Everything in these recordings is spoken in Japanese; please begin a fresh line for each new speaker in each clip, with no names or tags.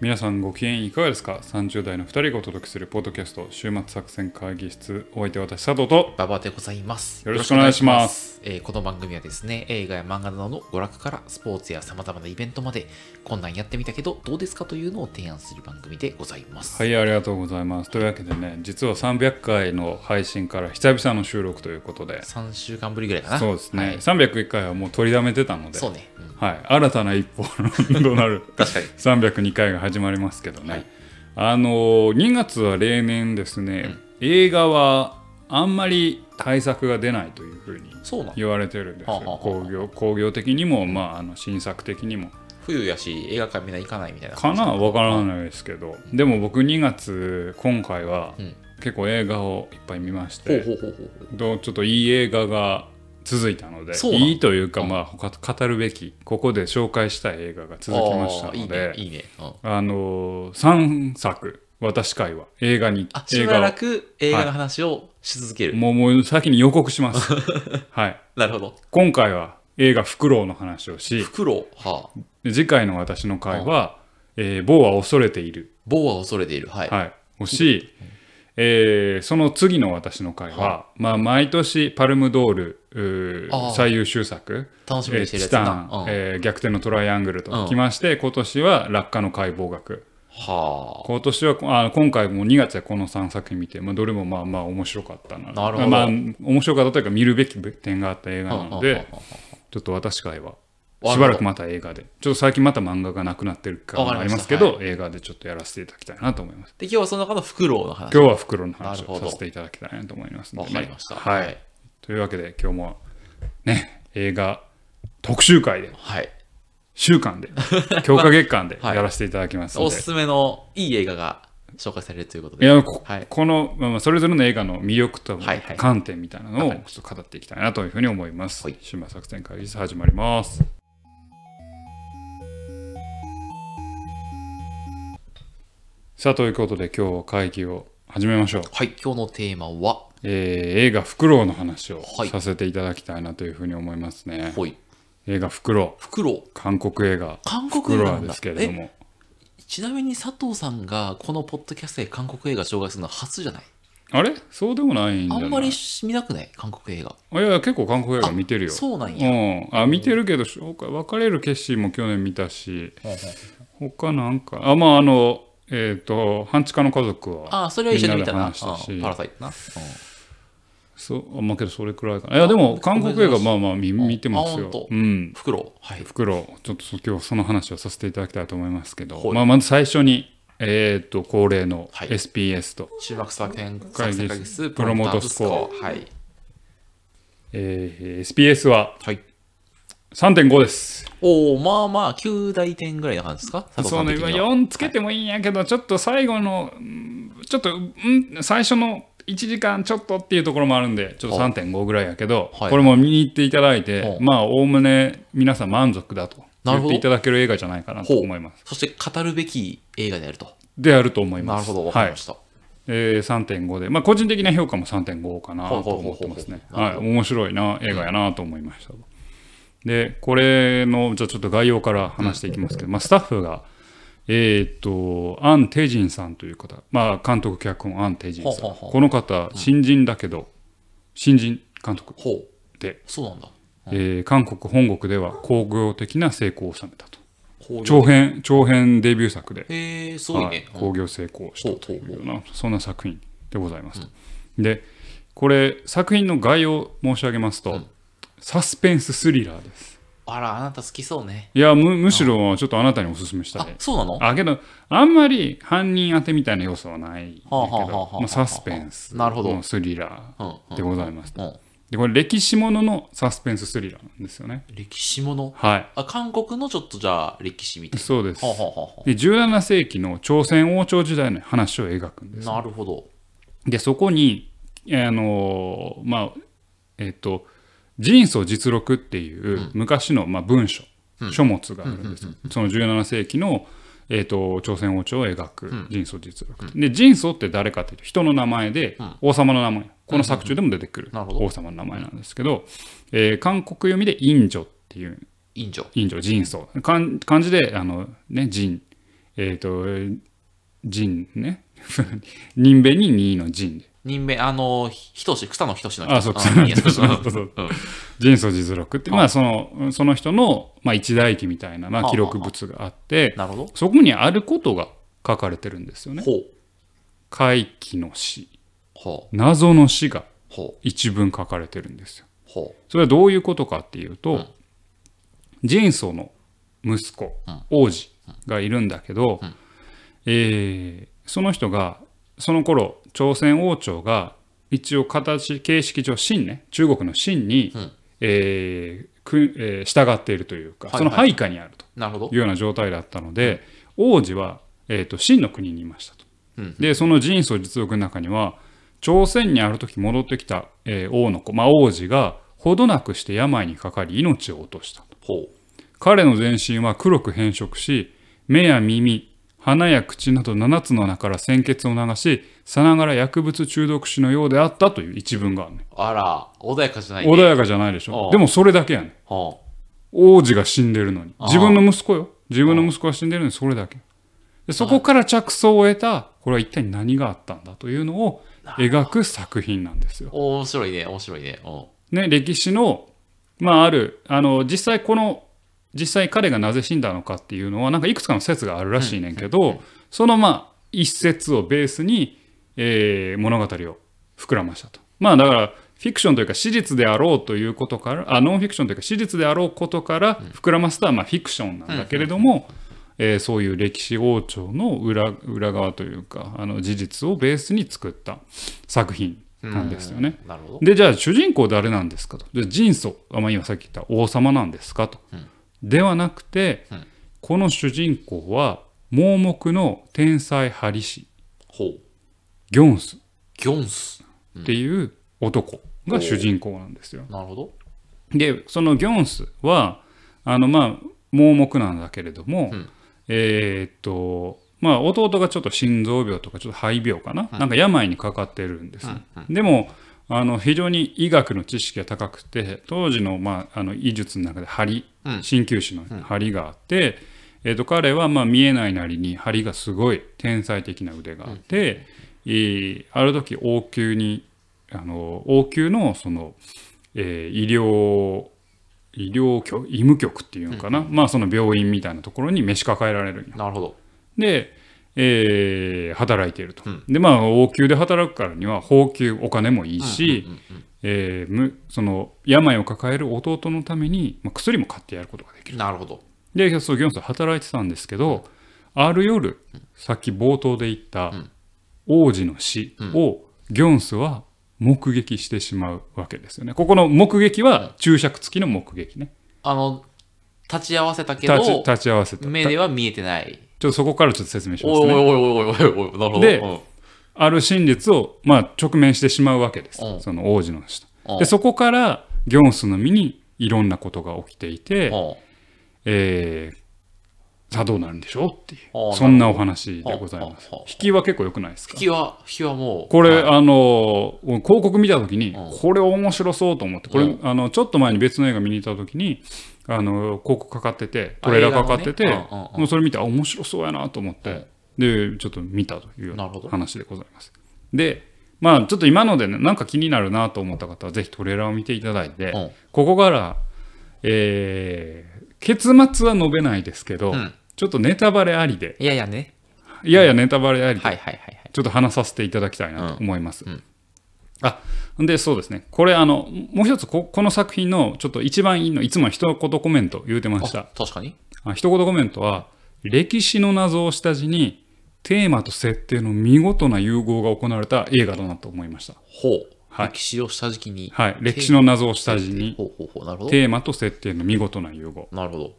皆さんご機嫌いかがですか ?30 代の2人がお届けするポッドキャスト週末作戦会議室お相手は私佐藤と
ババでございます。
よろしくお願いします
よろしくお願いします。えーこの番組はですね、映画や漫画などの娯楽からスポーツや様々なイベントまで、こんなんやってみたけど、どうですかというのを提案する番組でございます。
はいありがとうございますというわけでね実は300回の配信から久々の収録ということで
3週間ぶりぐらいかな。
そうですね、
はい
301回はもう取りだめてたので
そうね。うん
はい、新たな一歩のとなる
確かに。
302回が始まりますけどね、
はい
あのー2月は例年ですね、映画はあんまり対策が出ないというふうに
そうなん。
言われてるんです
はあはあ
よ
はあ
工業工業的にも、まあ、あの新作的にも
冬やし、映画館みんな行かないみたいな。
かなわからないですけどでも僕2月今回は
うん
結構映画をいっぱい見まし
ほう
て
ほうほうほう。
どうちょっといい映画が続いたので
そうなの
いいというか
うん
まあ他語るべきここで紹介したい映画が続きましたので
あーいいね。いいね。うん
あの3作私会は映画に
あ、し
映
ばら
画
く映画の話をし続け
を
る。
もうもう先に予告します はい
なるほど。
今回は映画「フクロウ」の話をし
フクロウ、はあ、
で次回の私の会は「えー、某は恐れている
棒は恐れている。はい」。
はいをし、えーその次の私の会は、
は
まあ、毎年パルムドールうー
あー
最優秀作
楽しみにして
えーチ
るやつだ
タ
な
ン。、
うん
えー逆転のトライアングルときまして、今年は落下の解剖学
は
今年はあ今回も2月はこの3作品見て、まあ、どれもまあまあ面白かったな
なるほど
まあ、面白かったというか見るべき点があった映
あ。
画なの
うんうん
で
うんうん
ちょっと私会は
るほど
しばらくまた映画でちょっと最近また漫画がなくなってるから
わ
あ
か
り
り
ま
ますした
けど、映画でちょっとやらせていただきたいなと思います
で、今日はその中のフクロウの話。
今日は袋の話
なる
を
ほど
させていただきたいなと思いますの
わ
でね
かりました。
はい、。というわけで今日もね映画特集会で
はい。
週間 で強化月間で
はい
やらせていただきますの
お
で、
すすめのいい映画が紹介されるということ
い
で。
やこ,、
はい
この、まあまあ、それぞれの映画の魅力と
はいはい
観点みたいなのを
わ
ち
か
ょっと
り
語っていきたいなというふうに思います。
はい
島作戦会議室始まります。さあということで今日は会議を始めましょう。
はい、今日のテーマは、
えー映画「フクロウ」の話を
はい
させていただきたいなというふうに思いますね。
ほい、
映画「フクロウ
フクロウ。」
韓国映画
韓
「フク
国映
ロ
画
ウ
な」ん
で
だ
す。けれど
え、
も
ちなみに佐藤さんがこのポッドキャストで韓国映画紹介するのは初じゃない
あれそうでもないんじゃ
あ
ない
んまり見なくない韓国映画。
いやいや結構韓国映画見てるよ。
そうなん
う
や。
ん、あ見てるけど紹介別れる決心も去年見たし他なんかあまああのえっ、と半地下の家族は
あ、それは一緒に見た
みんな
な。
で話したし
うんパラサイトな。うん
そうあまあけどそれくらいかないやでも韓国映画まあまあ見見てます
あ
よ
本当
うん
フクロウ。はい。
袋ちょっとそ今日その話をさせていただきたいと思いますけど
はい
まあまず最初にえっ、と恒例の
はい
SPS と、
中学作戦
会議
作
室
戦会議室
プロモートスコア
プロモートスコアはい。
えー SPS は
はい。
3.5です
おおまあまあ、9大点ぐらいの話ですか佐藤
そ
さ
うんね、
的に
ま
は
あ4つけてもいいんやけど、ちょっと最後の、うんちょっと、うん最初の1時間ちょっとっていうところもあるんで、ちょっと
はい
3.5ぐらいやけど、
はい
これも見に行っていただい
は
て
い、
まあ、おおむね皆さん満足だと
な
言
る
っ
ほど
ていただける映画じゃないかなと
ほう
思います。
そして語るべき映画であると。
であると思い
な
ま
る
す。
ほど、わか
は
り
い
ま。した。
えー3.5で、まあ、個人的な評価も3.5かなと
ほうほうほ
思
うほ
っ
う
てますね。
な
はい、
るほど
面白いな、映画やなと思いました。で、これの、じゃあちょっと概要から話していきますけど、まあ、スタッフが、えーっと、アン・テジンさんという方、まあ、監督、脚本、アン・テジンさん。
ほうほうほう
この方、新人だけど、新人監督
ほう。
で、
そうなんだ。
えー韓国、本国では工業的な成功を収めたと。
ほう。
長編、長編デビュー作で、
へえ、すごいね。
はい興行成功したというよう
ほ
なそんな作品でございますと、でこれ作品の概要を申し上げますと、
うん
サスペンススリラーです
あら、あなた好きそうね。
いやむむしろちょっとあなたにお勧めした
あ
い、
そうなの
あけどあんまり犯人当てみたいな要素はないんだけ
はあはあはあは
ど
あ
まあサスペンス
なるほど
のスリラ
うん
ーでございます
うん。うん。
でこれ歴史もののサスペンススリラーなんですよね
歴史もの
は
あ、韓国のちょっとじゃあ、歴史みた
い
い
そうです
な。はあ、はあはあは
で17世紀の朝鮮王朝時代の話を描くんです
あ、なるほど。
でそこにあのまあえっと「人祖実録」っていう昔の、まあ、文書、書物があるんですよ、その17世紀の、えっと朝鮮王朝を描く人祖実録、で人祖って誰かっていうと人の名前で、王様の名前この作中でも出てくる
うんなるほど
王様の名前なんですけど、えー韓国読みで「陰女」っていう
院長。
陰女人祖漢漢字であのね人えっ、と、仁ね。 人べに2の仁で。
人名、あの、ひとし、草野ひとしの人。
あ、そう、
んいいや
そうそうそう
うん
人相実録って、まあ、その、その人の、まあ、一代記みたいな、まあ、記録物があって、
なるほど。
そこにあることが書かれてるんですよね。
ほう。
怪奇の詩、
ほう。
謎の詩が
ほう。
一文書かれてるんですよ。
ほ
それはどういうことかっていうと、
うん
人相の息子、
うん
王子がいるんだけど、
ん
えーその人がその頃朝鮮王朝が一応形形式上秦ね中国の秦に、
うん
えーくえー従っているというか、
はい
その配下にあると
う。なるほど
い。うような状態だったので、王子は、えー、と秦の国にいましたと。
うん
でその人相実力の中には朝鮮にある時戻ってきた、えー王の子、まあ、王子がほどなくして病にかかり命を落としたと
ほ
彼の全身は黒く変色し目や耳鼻や口など7つの穴から鮮血を流しさながら薬物中毒死のようであったという一文があるね
う。あら、穏やかじゃないね。
穏やかじゃないでし
あ
ょ
あ
でもそれだけやね
ほう。
王子が死んでるのに
ああ
自分の息子よ自分の息子が死んでるのにそれだけでそこから着想を得たこれは一体何があったんだというのを描く作品なんですよ。
面白いね、面白いね。うん
ね歴史のまああるあの実際この実際彼がなぜ死んだのかっていうのはなんかいくつかの説があるらしいねんけどそのまあ一説をベースに、えー物語を膨らましたと。まあだからフィクションというか史実であろうということからあノンフィクションというか史実であろうことから膨らますとはまあフィクションなんだけれども、えーそういう歴史王朝の裏裏側というかあの事実をベースに作った作品なんですよね。。
なるほど。
でじゃあ主人公誰なんですかとで人相あ、まあ、今さっき言った王様なんですかと、
うん
ではなくて、
うん
この主人公は盲目の天才ハリ師
ほう。
ギョンス
ギョンス。
っていう男が主人公なんですよ。
なるほど。
でそのギョンスはあのまあ盲目なんだけれども、
うん
えーっとまあ弟がちょっと心臓病とかちょっと肺病かな、なんか病にかかってるんです、でもあの非常に医学の知識が高くて当時の,、まあ、あの医術の中で針
うん
鍼灸師の針があって、えーっと彼はまあ見えないなりに針がすごい天才的な腕があって、えーある時王宮にあの王宮のそのえー医療医療局医務局っていうのかな、まあその病院みたいなところに召し抱えられるんよ
なるほど。
で、えー働いていると、
うん
でまあ王宮で働くからには俸給お金もいいし、
うんうんうん
えーむその病を抱える弟のために、まあ、薬も買ってやることができる
うんなるほど。
でそうギョンスは働いてたんですけど、ある夜さっき冒頭で言った
ん
王子の死をギョンスは目撃してしまうわけですよねここの目撃は注釈付きの目撃ね
あの、立ち会わせたけ
立ち
ど、
立ち合わせた
目
たち
では見えてない。
ょっとそこからちょっと説明します
おいおい
ね
おいおいおいおいおい、なるほど。
で
うん
ある真実をまあ直面してしまうわけです
うん
その王子の死と
うん
でそこからギョンスの身にいろんなことが起きていて
うん
えーさあどうなるんでしょうっていう
あ
そんなお話でございます
あああ
引きは結構良くないですか
引きは、引きはもう。
これ、
はい
あの広告見た時に、
うん
これ面白そうと思ってこれ、
うん
あのちょっと前に別の映画見に行った時にあの広告かかってて
あ
トレーラーかかってて、
映画のねうんうんうん
もうそれ見てあ面白そうやなと思って、でちょっと見たというよう
な
な
るほど
話でございます。でまあちょっと今のでねなんか気になるなと思った方はぜひトレーラーを見ていただいて、
うん
ここから、えー結末は述べないですけど、
うん
ちょっとネタバレありで
いやいやね。
いやいやネタバレありで
はいはいはいはい。
ちょっと話させていただきたいなと思います。
うんうん
あでそうですね、これあの、もう一つこ、この作品のちょっと一番いいの、いつも一言コメント言うてました
あ。確かに。
あ一言コメントは、歴史の謎を下地に、テーマと設定の見事な融合が行われた映画だなと思いました。
ほう。
はい
歴史を下敷きに。
はい、歴史の謎を下地に、
ほうほうほう。なるほど。
テーマと設定の見事な融合。
なるほど。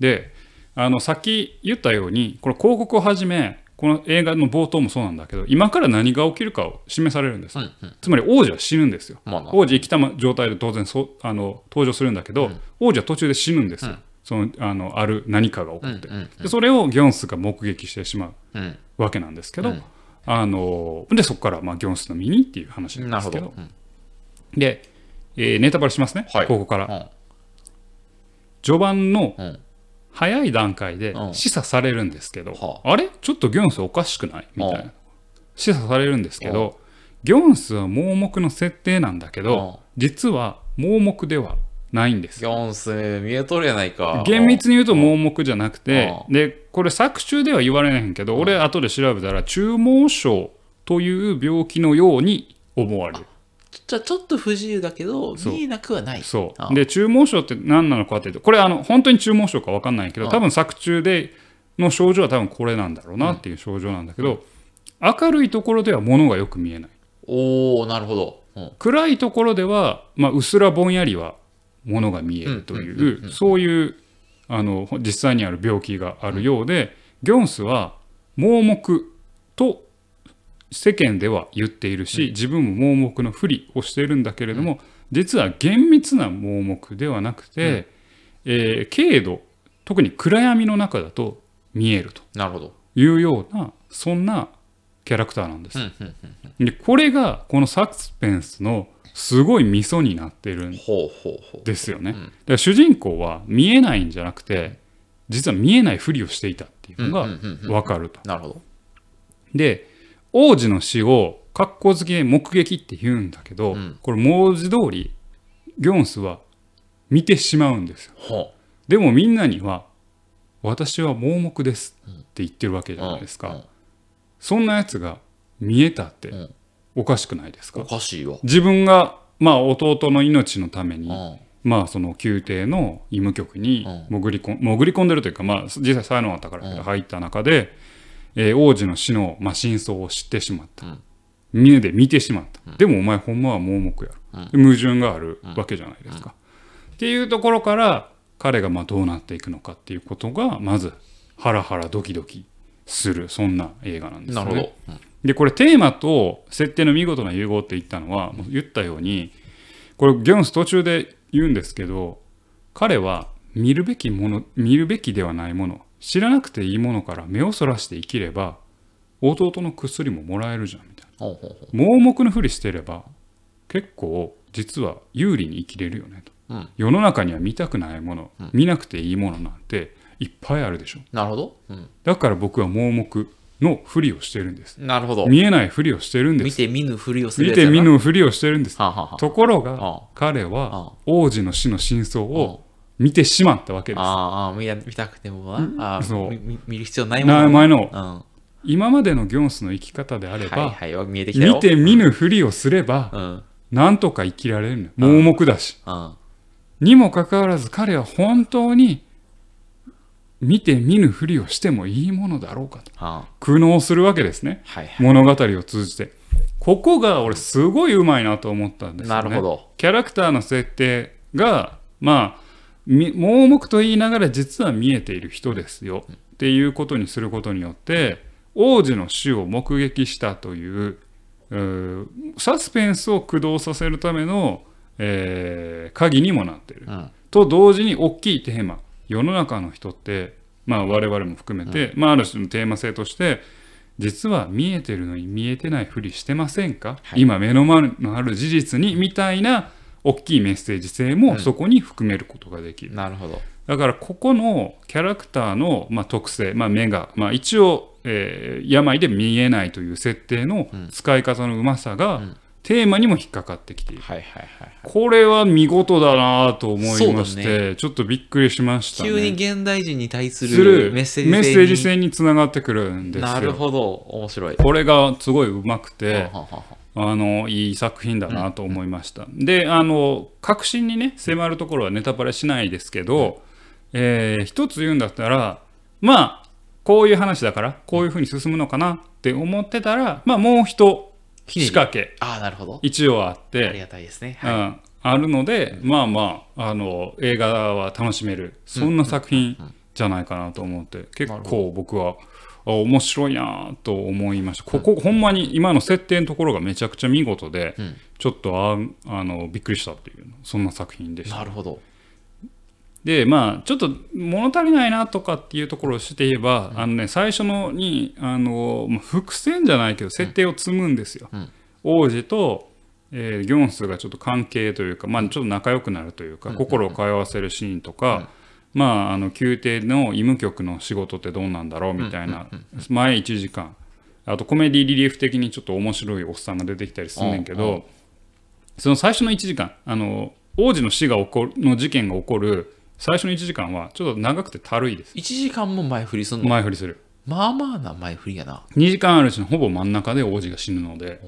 であのさっき言ったようにこれ広告をはじめこの映画の冒頭もそうなんだけど今から何が起きるかを示されるんです、
うんうん
つまり王子は死ぬんですよ、
まあな
王子生きたま状態で当然そうあの登場するんだけど、王子は途中で死ぬんですよ、そのあのある何かが起こって、
うんうん
でそれをギョンスが目撃してしま
うん。
うわけなんですけど、
うん
あのでそこから、まあ、ギョンスの身にっていう話なん
な
です
るほ
け
ど。
ど
うん
で、えーネタバレしますね、
はい
ここから、
うん
序盤の
うん
早い段階で
うん
示唆されるんですけど、
は
あれちょっとギョンスおかしくないみたいな、
うん
示唆されるんですけど、ギョンスは盲目の設定なんだけど、実は盲目ではないんです
ギョンス、見えとるやないか。
厳密に言うと盲目じゃなくてでこれ作中では言われへんけど俺後で調べたら中盲症という病気のように思われる
じゃあちょっと不自由だけど、
そう
見えなくはない。
そ
あ
うで中盲症って何なのかっていうとこれあの本当に中盲症か分かんないけど
あ
多分作中での症状は多分これなんだろうなっていう症状なんだけど明るいところでは物がよく見えない
おおなるほど。うん
暗いところでは、まあ、うすらぼんやりは物が見えると
うんうんうん
いうそういうあの実際にある病気があるようで、ギョンスは盲目と世間では言っているし、自分も盲目のふりをしているんだけれども、実は厳密な盲目ではなくて、えー軽度特に暗闇の中だと見えると
なるほど。
いうようなそんなキャラクターなんです
う。んうんうん
でこれがこのサスペンスのすごいミソになってるん
ほうほうほう。
ですよね。
うん
だから主人公は見えないんじゃなくて実は見えないふりをしていたっていうの
うんう
が
んうんうん
分かると。
なるほど。
で王子の死を格好好きで目撃って言うんだけど、
うん
これ文字通りギョンスは見てしまうんですよ。
ほ
でもみんなには「私は盲目です」って言ってるわけ
う。
じゃないですか。
うんうん
そんなやつが見えたって
うん
おかしくないですか
おかしいわ。
自分がまあ弟の命のため
う
に、
ん
まあその宮廷の医務局に
う
潜りこん潜り込んでるというかまあ実際才能あったから
うん
入った中で、えー王子の死の、まあ、真相を知ってしまった
うん
目で見てしまった、でもお前ほんまは盲目やろ、矛盾があるわけじゃないですか、っていうところから彼がまあどうなっていくのかっていうことがまずハラハラドキドキするそんな映画なんです
な
よ
る
ね
ほど。うん
でこれテーマと設定の見事な融合って言ったのはもう言ったようにこれギョンス途中で言うんですけど彼は見るべきもの見るべきではないもの知らなくていいものから目をそらして生きれば弟の薬ももらえるじゃんみたい
ほうほうほ
な盲目のふりしてれば結構実は有利に生きれるよねと、
うん
世の中には見たくないもの、見なくていいものなんていっぱいあるでしょ
うなるほど。うん
だから僕は盲目のふりをしてるんです
なるほど。
見えないふりをしてるんです
見て見ぬふりをする
見
やつや
て見。
な
ぬふりをしてるんです。
はあはあはあ
ところ
あ
が
あ
彼
あ
は王子の死の真相を見てしまったわけで
あーあー、見や見たくてもな。あ
そう
ーみみ見る必要ない
す。
もん
名前の
うん。
今までのギョンスの生き方であれば
はいはい、見えてきたよ。
見て見ぬふりをすれば
うん。
なんとか生きられるの盲目だし。
うん。
にもかかわらず彼は本当に見て見ぬふりをしてもいいものだろうかと
は
苦悩するわけですね
いはい。
物語を通じて。ここが俺すごいうまいなと思ったんですよ、ね。
なるほど。
キャラクターの設定がまあみ盲目と言いながら実は見えている人ですよっていうことにすることによって王子の死を目撃したといううーサスペンスを駆動させるための、えー鍵にもなっている
うん。
と同時に大きいテーマ世の中の人って、まあ、我々も含めて、まあ、ある種のテーマ性として実は見えてるのに見えてないふりしてませんか、
はい
今目の前のある事実にみたいな大きいメッセージ性もそこに含めることができる、
なるほど。
だからここのキャラクターの、まあ、特性、まあ、目が、まあ、一応、えー病で見えないという設定の使い方のうまさが、
うん
テーマにも引っかかってきている
はいはいはい。
これは見事だなと思いまし
そうだ
て、ちょっとびっくりしました、ね。
急に現代人に対す
す
る
る
メ
メ
ッ
ッ
セ
セ
ージ性
ージ性
に
につながってくるんですよ。
なるほど面白い
これがすごいうまくて、
はははは
あのいい作品だなと思いました。であの確信にね迫るところはネタバレしないですけど、えー一つ言うんだったらまあこういう話だからこういうふうに進むのかなって思ってたら、まあ、もう一
ひねり
仕掛け
ああなるほど
一応あって
ありがたいですね
う
はい
んあるので、まあまああの映画は楽しめるそんな作品じゃないかなと思って結
なる
構僕はあ面白いなと思いましたここ、ほんまに今の設定のところがめちゃくちゃ見事で、
うん
ちょっとああのびっくりしたっていうそんな作品でした
なるほど
でまあちょっと物足りないなとかっていうところをして言えば、あのね最初のにあのまあ伏線じゃないけど設定を積むんですよ、
うん
王子と、えーギョンスがちょっと関係というかまあちょっと仲良くなるというか、心を通わせるシーンとか、まあ、あの宮廷の医務局の仕事ってどうなんだろうみたいな、前1時間あとコメディリリーフ的にちょっと面白いおっさんが出てきたりすんねんけ
うん
ど、その最初の1時間あの王子の死が起こるの事件が起こる最初の1時間はちょっと長くてたるいです
1時間も前振りすんの
前振りする
まあまあな前振りやな
2時間あるうちのほぼ真ん中で王子が死ぬので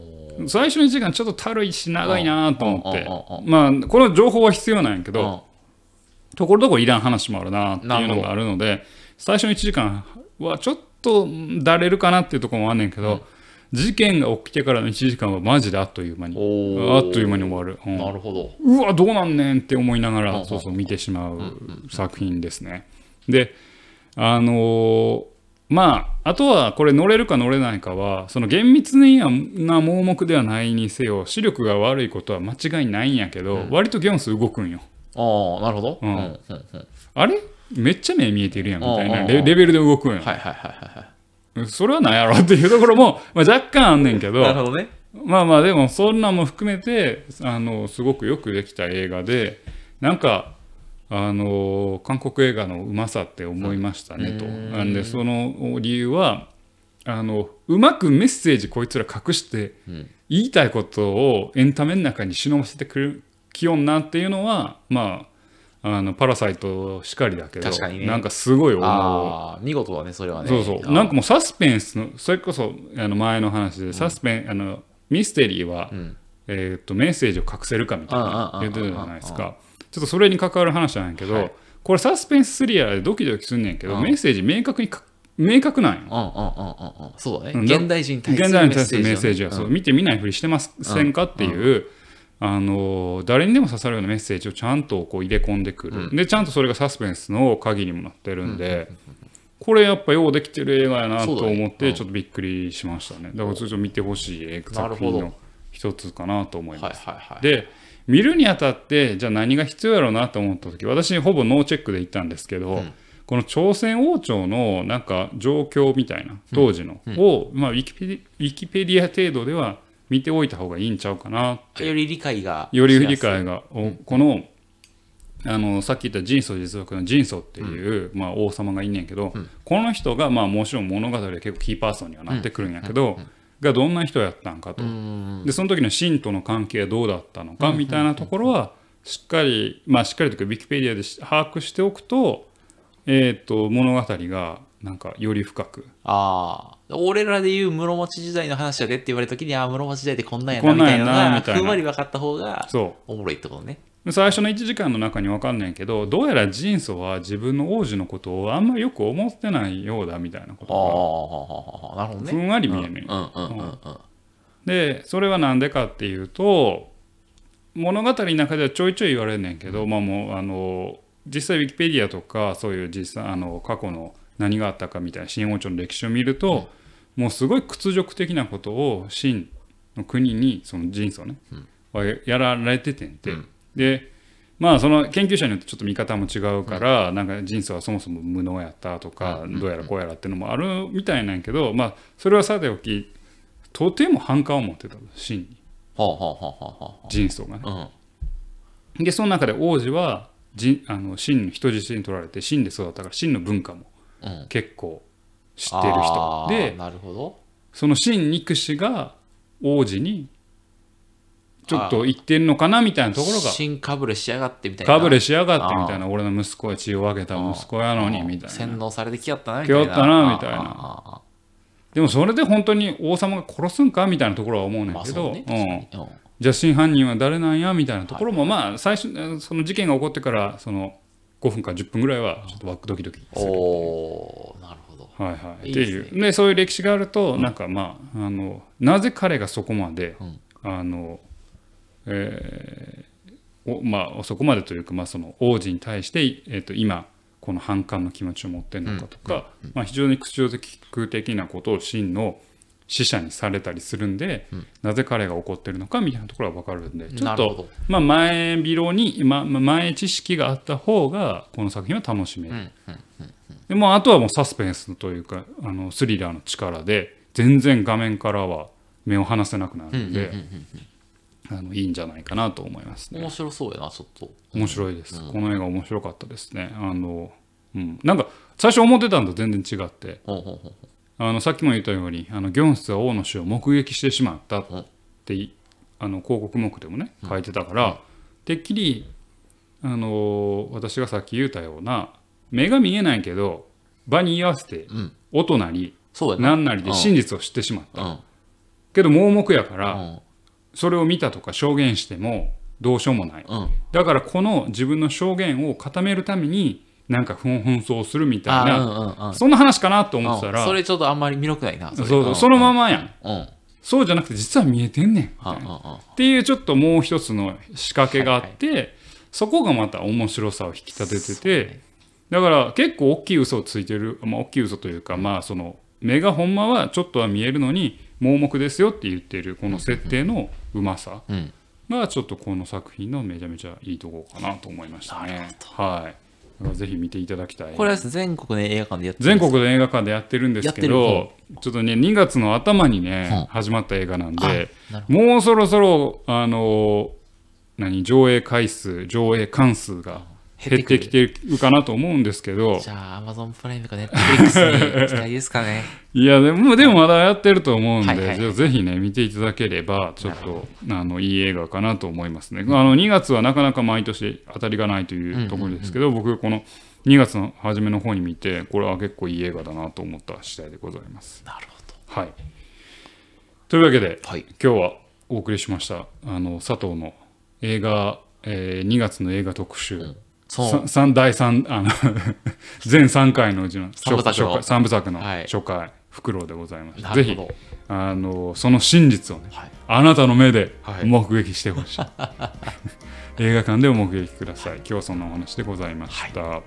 最初の1時間ちょっとたるいし長いなと思って
うんうんうん
まあこの情報は必要なんやけど、
うん
ところどころいらん話もあるなっていうのがあるので最初の1時間はちょっとんだれるかなっていうところもあんねんけど、事件が起きてからの1時間はマジであっという間に
お
あ
ー
っという間に終わる、うん
なるほど
うわどうなんねんって思いなが
うん
らそうそう見てしまう作品ですね。であのーまああとはこれ乗れるか乗れないかはその厳密な盲目ではないにせよ視力が悪いことは間違いないんやけど、割とギョンス動くんよ。
ああなるほど
うん
うんうんうん
あれめっちゃ目見えてるやんみたい
うんうんう
なんレレベルで動くんよ、
はいはいはいはいは
それはなんやろっていうところも、まあ、若干あんねんけ
いなる
ど
ほどね
まあまあでもそんなんも含めてあのすごくよくできた映画でなんかあの韓国映画のうまさって思いましたねと。
うん
なんでその理由はあのうまくメッセージこいつら隠して
うん
言いたいことをエンタメの中に忍ばせてくる気温なっていうのはまああのパラサイトしかりだけど
確かにね
なんかすごい思う。
ああ見事だねそれはね
そうそう
あー
なんかもうサスペンスのそれこそあの前の話でサスペン、あのミステリーは、
うん
えーっとメッセージを隠せるかみたいな
うんうん
言
うん
ってたじゃないですかちょっとそれに関わる話なんやけど、
はい
これサスペンススリラーでドキドキすんねんけど、
うん
メッセージ明確にか明確なんよ
うんうんうんうんうんそうだ
う
ね
ん
現代人に対する
現代に対するメッセージは、
をね
そう見て見ないふりしてませんかっていう、あの誰にでも刺さるようなメッセージをちゃんとこう入れ込んでくる、
う
でちゃんとそれがサスペンスの鍵にもなってるんで、これやっぱようできてる映画やなと
そうだね
思っ
う
て
ん
ちょっとびっくりしましたねだからちょっと見てほしい映画
なる
作
ほど
品の一つかなと思い
は
ま
い
す、
はいはい
で見るにあたってじゃあ何が必要やろうなと思った時私ほぼノーチェックで行ったんですけど、
うん
この朝鮮王朝のなんか状況みたいな当時の、を、まあ、ウィキペディウィキペディア程度では見ておいた方がいいんちゃうかな
より理解が
より
しやすい
理解が、おこのあのさっき言った人相実力の人相っていう、まあ、王様がいんねんけど、この人が、まあ、もちろん物語で結構キーパーソンにはなってくるんやけど、がどんな人やったんかと、
うん
でその時の神との関係はどうだったのかみたいなところはしっかりまあしっかりというかウィキペディアでし把握しておくと,、えー、と物語がなんかより深く
ああ俺らで言う室町時代の話やでって言われた時にああ室町時代ってこんなんや
こ
なんみ
なん
たい
や
なの
な
が
みたいな
ふんわり分かった方が
そ
おもろいってことね
う最初の1時間の中に分かんないけどどうやら人相は自分の王子のことをあんまりよく思ってないようだみたいなこ
あ
と
あなるほど
が
ね
ふんわり見えんねん
うんうんうんうん
でそれは何でかっていうと物語の中ではちょいちょい言われんねんけど、まあもうあの実際ウィキペディアとかそういう実際あの過去の何があったかみたいな新王朝の歴史を見ると、もうすごい屈辱的なことを秦の国にその人相ね、はやられててんて、
うん
でまあその研究者によってちょっと見方も違うから、なんか人相はそもそも無能やったとか、どうやらこうやらっていうのもあるみたいなんやけど、まあそれはさておきとても反感を持ってたの真に
はあはあはあはあは
人相がね
あうん
でその中で王子は人あの真の人質に取られて真で育ったから真の文化も
うん
結構知ってる人
あー
で
なるほど
その真憎しが王子にちょっ
あ
と言ってんのかなみたいなところが
新かぶれしやがってみたいな
かぶれしやがってみたいな俺の息子は血を分けた息子やのにみたいな
洗脳されてきやったなみたいな
きやったなみたいな
ああああ
でもそれで本当に王様が殺すんかみたいなところは思うねん
まあ
け
そ
ど
うね
うん
確かにうん
じゃあ真犯人は誰なんやみたいなところも、まあ最初その事件が起こってからその5分か10分ぐらいはちょっとワクドキドキする。
おーなるほど
はいはい
いい
って
ですね
いうでそういう歴史があると、なんかまああのなぜ彼がそこまで、
うん
あのえーおまあ、そこまでというか、まあ、その王子に対して、えー、と今この反感の気持ちを持ってるのかとか、まあ、非常に屈辱的なことを真の死者にされたりするんで、なぜ彼が怒ってるのかみたいなところは分かるんでちょ
な
っ
る
と
ほど
まあ、前広に、ま、ま前知識があった方がこの作品は楽しめる、
うん
でもうあとはもうサスペンスというかあのスリラーの力で全然画面からは目を離せなくなるんで、あのいいんじゃないかなと思いますね
面白そうやなちょっと
面白いです、この映画面白かったですねあのうん、なんか最初思ってたんと全然違って
ほうほうほうほ
あのさっきも言ったようにあのギョンスは王の死を目撃してしまったっていあの広告目でもね書いてたから、てっきり、あのー私がさっき言ったような目が見えないけど場に居合わせて
ううん
音なり
そうやな
何なりで真実を知ってしまった、
うん
けど盲目やから、
うん
それを見たとか証言してもどうしようもない
うん
だからこの自分の証言を固めるためになんか紛争するみたい
あ
な
うんうんうん
そんな話かなと思ってたら、
うんそれちょっとあんまり見ろくないな
そうそうそのま
ま
まやん
うんうんうん
そうじゃなくて実は見えてんねんみたいな
う
っていうちょっともう一つの仕掛けがあって、そこがまた面白さを引き立ててて、だから結構大きい嘘をついてる、まあ、大きい嘘というかまあその目がほんまはちょっとは見えるのに盲目ですよって言ってるこの設定のうまさ
んうん
がちょっとこの作品のめちゃめちゃいいとこかなと思いましたね。はい、だからぜひ見ていただきたい
これは全国で映画館でやって
全
る
国の映画館でやってるんですけ
やっ
ど、ちょっとね、2月の頭に
うん
ね、始まった映画なん
あ
で、
なるほ
もうそろそろ、あの何、上映回数、上映関数が
減
減っ
ってくる
てきてるかなと思うんですけど
ど、じゃあ Amazon プライムか Netflix に期待ですかね
いや、でも、でもまだやってると思うん
はいはいはい
で、じゃあぜひね、見ていただければ、ちょっと、あの、いい映画かなと思いますね。あの、2月はなかなか毎年当たりがないというところですけど、僕、この2月の初めの方に見て、これは結構いい映画だなと思った次第でございます。
なるほど
はい。というわけで、
はい
今日はお送りしました、あの佐藤の映画、えー2月の映画特集、
そう
さ三第三あの 全3回のうちの
三部作の
初回三部作の
はい
初回、フクロウでございます。
な
ぜ
る
ひ
ほど
あの、その真実をね、
はい
あなたの目で
はい
目撃してほし い。映画館でお目撃ください。今日はそんなお話でございました。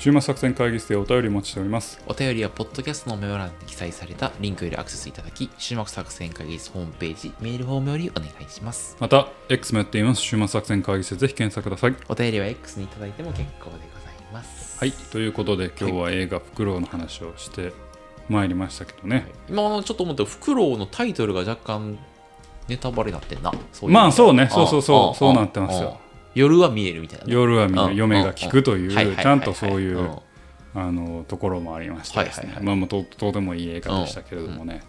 週末作戦会議室でお便りお待ちしております。
お便りはポッドキャストのメモ欄に記載されたリンクよりアクセスいただき週末作戦会議室ホームページメールフォームよりお願いします
また、X もやっています。週末作戦会議室でぜひ検索ください。
お便りは X にいただいても結構でございます
はい、ということで今日は映画「フクロウ」の話をしてまいりましたけどね、
今あのちょっと思ったフクロウのタイトルが若干ネタバレになってんなそういう
まあそうね
ん
そうそうそ
ん
うそうなってます
うん
よ
夜は見えるみたいなね、
夜は見
うん
る嫁が聞くとい
んはいはいは
う
いはい
ちゃんとそうい
ん
うあのところもありましてです
はい
ね
はいはい
まあもうととてもいい映画でしたけれどもね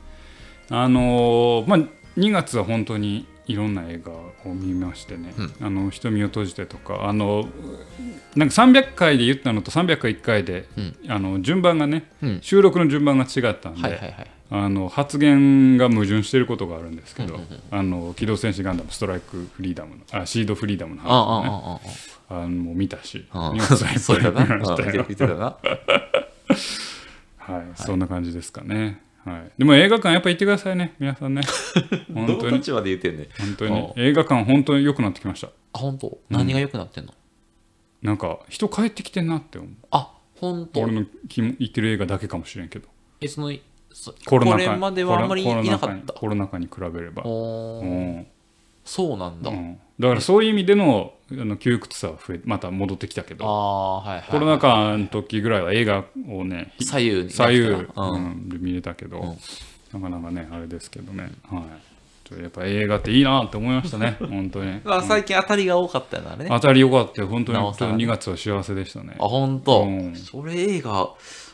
あのーまあ2月は本当にいろんな映画を見ましてね「あの瞳を閉じて」とかあのなんか300回で言ったのと301回で
うん
あの順番がね
うん
収録の順番が違ったん
はい
で
はいはい
あの発言が矛盾していることがあるんですけど、
うんうん
あの機動戦士ガンダムストライクフリーダムのあシードフリーダムの
ああ
話もね
あ
あ
あ
のもう見たし、
あああ
ニュース
あ そうやな
見ま
うん
した
見て
よ
る見てるな
はい、そんな感じですかね。はい、でも映画館やっぱ行ってくださいね、皆さんね。本
ど
当
の
に
立場で言ってんねん
本当
あ
に映画館本当に良くなってきました。
あ本当何が良くなってんの、
なんか人帰ってきてんなって思う。
あ本当
俺の気も行ってる映画だけかもしれんけど、
えそのそ
コロナ
こ
禍
れまではあんまりい
コロ
な
ナ
か
禍に
った
コロナ禍に比べれば。
お
う
ー
ん
そうなんだ、
うん、だからそういう意味でのあの窮屈さは増えまた戻ってきたけ
あ
ど
あはいはいはい
コロナ禍の時ぐらいは映画をねひ
左右に
左右、
うん
うん、で見れたけど、
ん
なかなかねあれですけどね、はい、ちょやっぱ映画っていいなって思いました ね本当に
まあ、最近当たりが多かったよなあれね
当たりよかったよ本当に
なおさらね
2月は幸せでしたね
あ、本当、
うん
それ映画、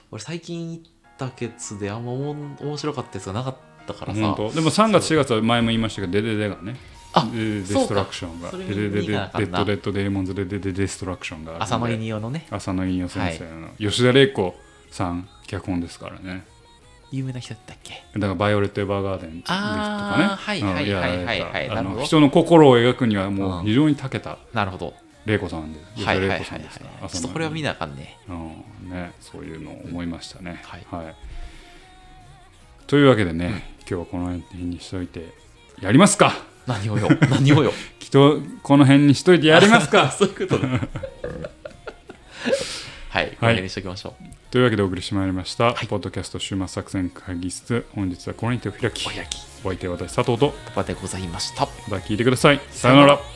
俺最近行ったけつであんまおもん面白かったやつがなかったからさ。
本当でも3月4月は前も言いましたけどデデデがね
あ
デデデデ
そうか
ストラクションが
そ
デ
れ
デデデ
見
デ
に行かなあかん
ッ
な
ド・レッド・デーモンズ・デデデデストラクションがあるんで
朝の犬用のね、
浅野稲先生の、吉田玲子さん脚本ですからね
有名な人だったっけ
だから「バイオレット・エヴァーガーデン」ですとかね
あーはいはい
うんやられた
はいはいはい
あ
なるほ
の
ど
人の心を描くにはもう
う
ん非常に長けた
なるほど。
玲子さんです吉
は
田
いはいは
玲子
いは
さ
い
んですか。
ちょっとこれは見なあかんね。
ら、うんね、そういうのを思いましたね、
はい
というわけでね、今日はこの辺にしといてやりますか
何をよ、 何をよ。
きっとこの辺にしといてやり ます
あ
か
そういうこと だ。はい、この辺にしておきましょう。
というわけでお送りしてまいりました、ポッドキャスト週末作戦会議室本日はこれにてお開き
お開き。
お相手は私佐藤と
パパでございました。
また聞いてくださいさよなら